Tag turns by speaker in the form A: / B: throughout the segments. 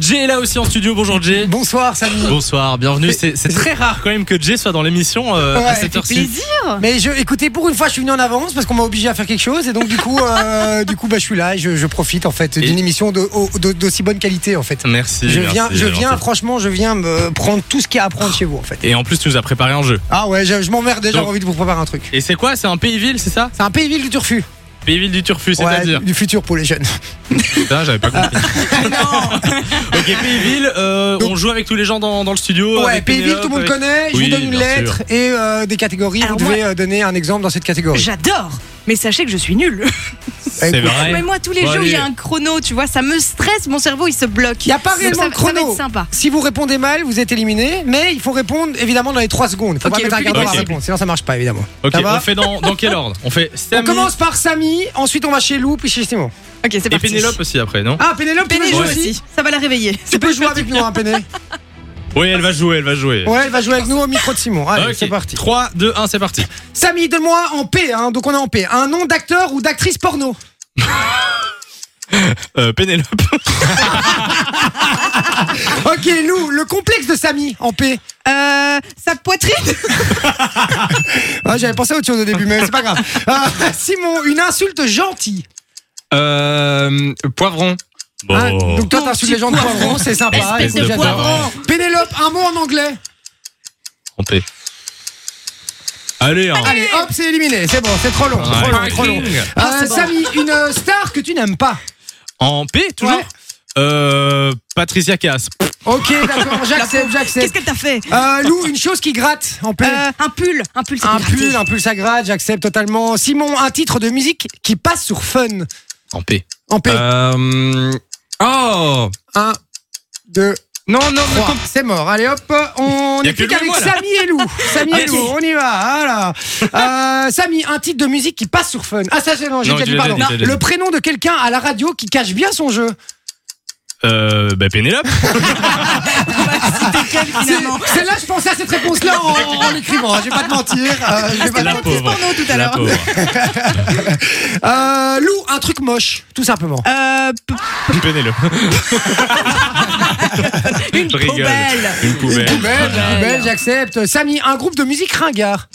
A: Jay est là aussi en studio, bonjour Jay.
B: Bonsoir Samy.
A: Bonsoir, bienvenue. C'est c'est très rare quand même que Jay soit dans l'émission euh, à
B: Ouais,
A: cette
B: fait
A: heure-ci.
B: Mais je, écoutez, pour une fois, je suis venu en avance parce qu'on m'a obligé à faire quelque chose et donc du coup, euh, du coup, bah, je suis là et je, je profite en fait d'une
A: Et-
B: émission de- au- de- d'aussi bonne qualité en fait.
A: Merci.
B: Je
A: merci,
B: viens, je
A: gentil.
B: viens, franchement, je viens me prendre tout ce qu'il y a à apprendre chez vous en fait.
A: Et en plus, tu nous as préparé un jeu.
B: Ah ouais, je, je m'emmerde déjà,
A: Donc-
B: j'ai envie de vous préparer un truc.
A: Et c'est quoi C'est un pays-ville, c'est ça
B: C'est un pays ville du turfu.
A: Pays-ville du Turfu,
B: Ouais,
A: c'est-à-dire
B: du futur pour les jeunes.
A: Putain, j'avais pas compris. ok, pays-ville, euh,
B: Ah, Donc-
A: on joue avec tous les gens dans, dans le studio.
B: Ouais,
A: avec
B: pays ville,
A: Pénélope,
B: tout le monde
A: avec-
B: connaît. Je
A: Oui,
B: vous donne une
A: bien
B: lettre et euh, des catégories.
C: Alors
B: vous devez euh, donner un exemple dans cette catégorie.
C: J'adore, mais sachez que je suis nulle.
A: C'est
B: Écoute,
A: vrai.
C: Mais moi, tous les
A: Bon,
C: jeux où il y a
A: allez.
C: un chrono, tu vois, ça me stresse, mon cerveau il se bloque.
B: Il n'y a pas
C: Donc
B: réellement
C: ça-
B: de chrono.
C: Ça va être sympa.
B: Si vous répondez mal, vous êtes éliminé, mais il faut répondre évidemment dans les 3 secondes. Faut
C: Ok,
B: pas
C: le
B: mettre un
C: plus
B: quart d'heure
A: vite
B: à
A: possible.
B: répondre, sinon ça marche pas évidemment.
A: Ok,
B: Ça
A: on
B: va
A: fait dans, dans quel ordre On fait
B: on
A: Samy
B: commence par Samy, ensuite on va chez Lou, puis chez Simon.
C: Ok, c'est
A: et
C: parti.
A: Pénélope aussi après, non
B: Ah, Pénélope, tu veux
C: Pénélope
B: jouer
C: aussi.
B: aussi
C: Ça va la réveiller.
B: Tu peux jouer avec nous, hein, Péné
A: Oui, elle va jouer, elle va jouer.
B: Ouais, elle va jouer avec nous au micro de Simon. Allez,
A: Ok,
B: c'est parti.
A: 3, 2, 1, c'est parti.
B: Samy, donne-moi en P, hein, donc on est en P. Un nom d'acteur ou d'actrice porno
A: Euh, Pénélope.
B: Ok, Lou, le complexe de Samy en P.
C: Euh, sa poitrine
B: Ah, J'avais pensé à autre chose au début, mais c'est pas grave. Ah, Simon, une insulte gentille.
D: Euh, poivron.
A: Bon.
B: Hein, donc toi,
C: Ton
B: t'insultes
C: petit
B: les gens de
C: poivron.
B: poivron, c'est sympa.
C: Espèce
B: écoute,
A: Oh. de
B: j'adore.
A: poivron.
B: Pénélope, un mot en anglais.
A: trompé. Allez, hein.
B: Allez, hop, c'est éliminé. C'est bon, c'est trop long. c'est
A: Ouais.
B: trop long, trop long.
C: Ah,
B: Euh,
C: c'est bon.
B: Samy, une euh, star que tu n'aimes pas.
A: En P, toujours
B: Ouais.
A: Euh, Patricia Cass.
B: Ok, d'accord, j'accepte,
C: Qu'est-ce
B: j'accepte.
C: qu'elle t'a fait
B: Euh, Lou, une chose qui gratte en plein.
C: Euh, Un pull. Un pull, c'est
B: un
C: gratté.
B: pull, un pull, ça gratte, j'accepte totalement. Simon, un titre de musique qui passe sur fun.
A: En P.
B: En P. E.
D: Euh, oh
B: Un, deux,
D: Non, non, mais
B: trois. C'est mort. Allez hop, on
A: Y a
B: est plus
A: que Lou et
B: qu'avec
A: moi, là.
B: Samy et Lou. Samy et
A: Ok.
B: Lou, on y va. Voilà. Euh, Samy, un titre de musique qui passe sur fun. Ah, ça, c'est non, j'ai
A: Non,
B: déjà
A: tu
B: dit,
A: l'as
B: pardon.
A: dit, tu l'as dit.
B: Le prénom de quelqu'un à la radio qui cache bien son jeu.
A: Euh, bah, Pénélope.
C: Finalement.
B: C'est- Celle-là, je pensais à cette réponse-là en, en l'écrivant. hein, Je vais pas te mentir. euh, je vais pas te
A: Ah, La
B: mentir.
A: pauvre.
C: porno tout à
A: La
C: l'heure.
A: pauvre.
B: Euh, Lou, un truc moche, tout simplement.
A: Ah,
C: Euh, p-
A: Pénélope.
C: une
A: Je rigole.
C: poubelle.
A: Une poubelle.
B: Poubelle,
C: Ouais.
B: poubelle, j'accepte. Samy, un groupe de musique ringard.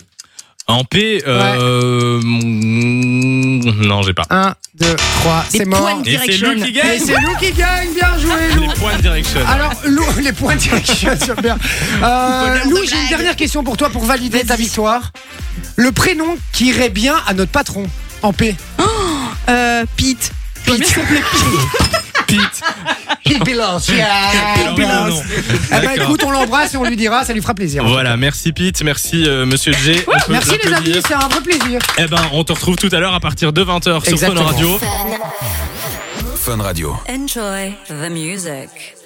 A: En P, euh. mm, Non, j'ai pas.
B: 1, 2, 3,
C: Des
B: c'est mort.
C: points
A: Et c'est
C: Direction.
A: lui qui
B: Et
A: gagne.
B: c'est Lou qui gagne, bien joué Lou. Ah,
A: Les points de direction.
B: Alors, Lou, les points de direction, c'est bien. Euh, Lou, j'ai une dernière question pour toi pour valider ta victoire. Le prénom qui irait bien à notre patron, en P.
C: Euh, Pete. Combien s'appelait Pete
A: Pete.
B: Pete Belance.
A: Alors, non, non.
B: Eh ben,
A: D'accord.
B: écoute, on l'embrasse et on lui dira, ça lui fera plaisir.
A: Voilà, merci Pete, merci euh, Monsieur J. On peut
B: Merci les
A: l'applaudir.
B: amis, c'est un vrai plaisir.
A: Eh ben, on te retrouve tout à l'heure à partir de 20h sur Fun
B: Exactement.
A: Radio.
E: Enjoy the music.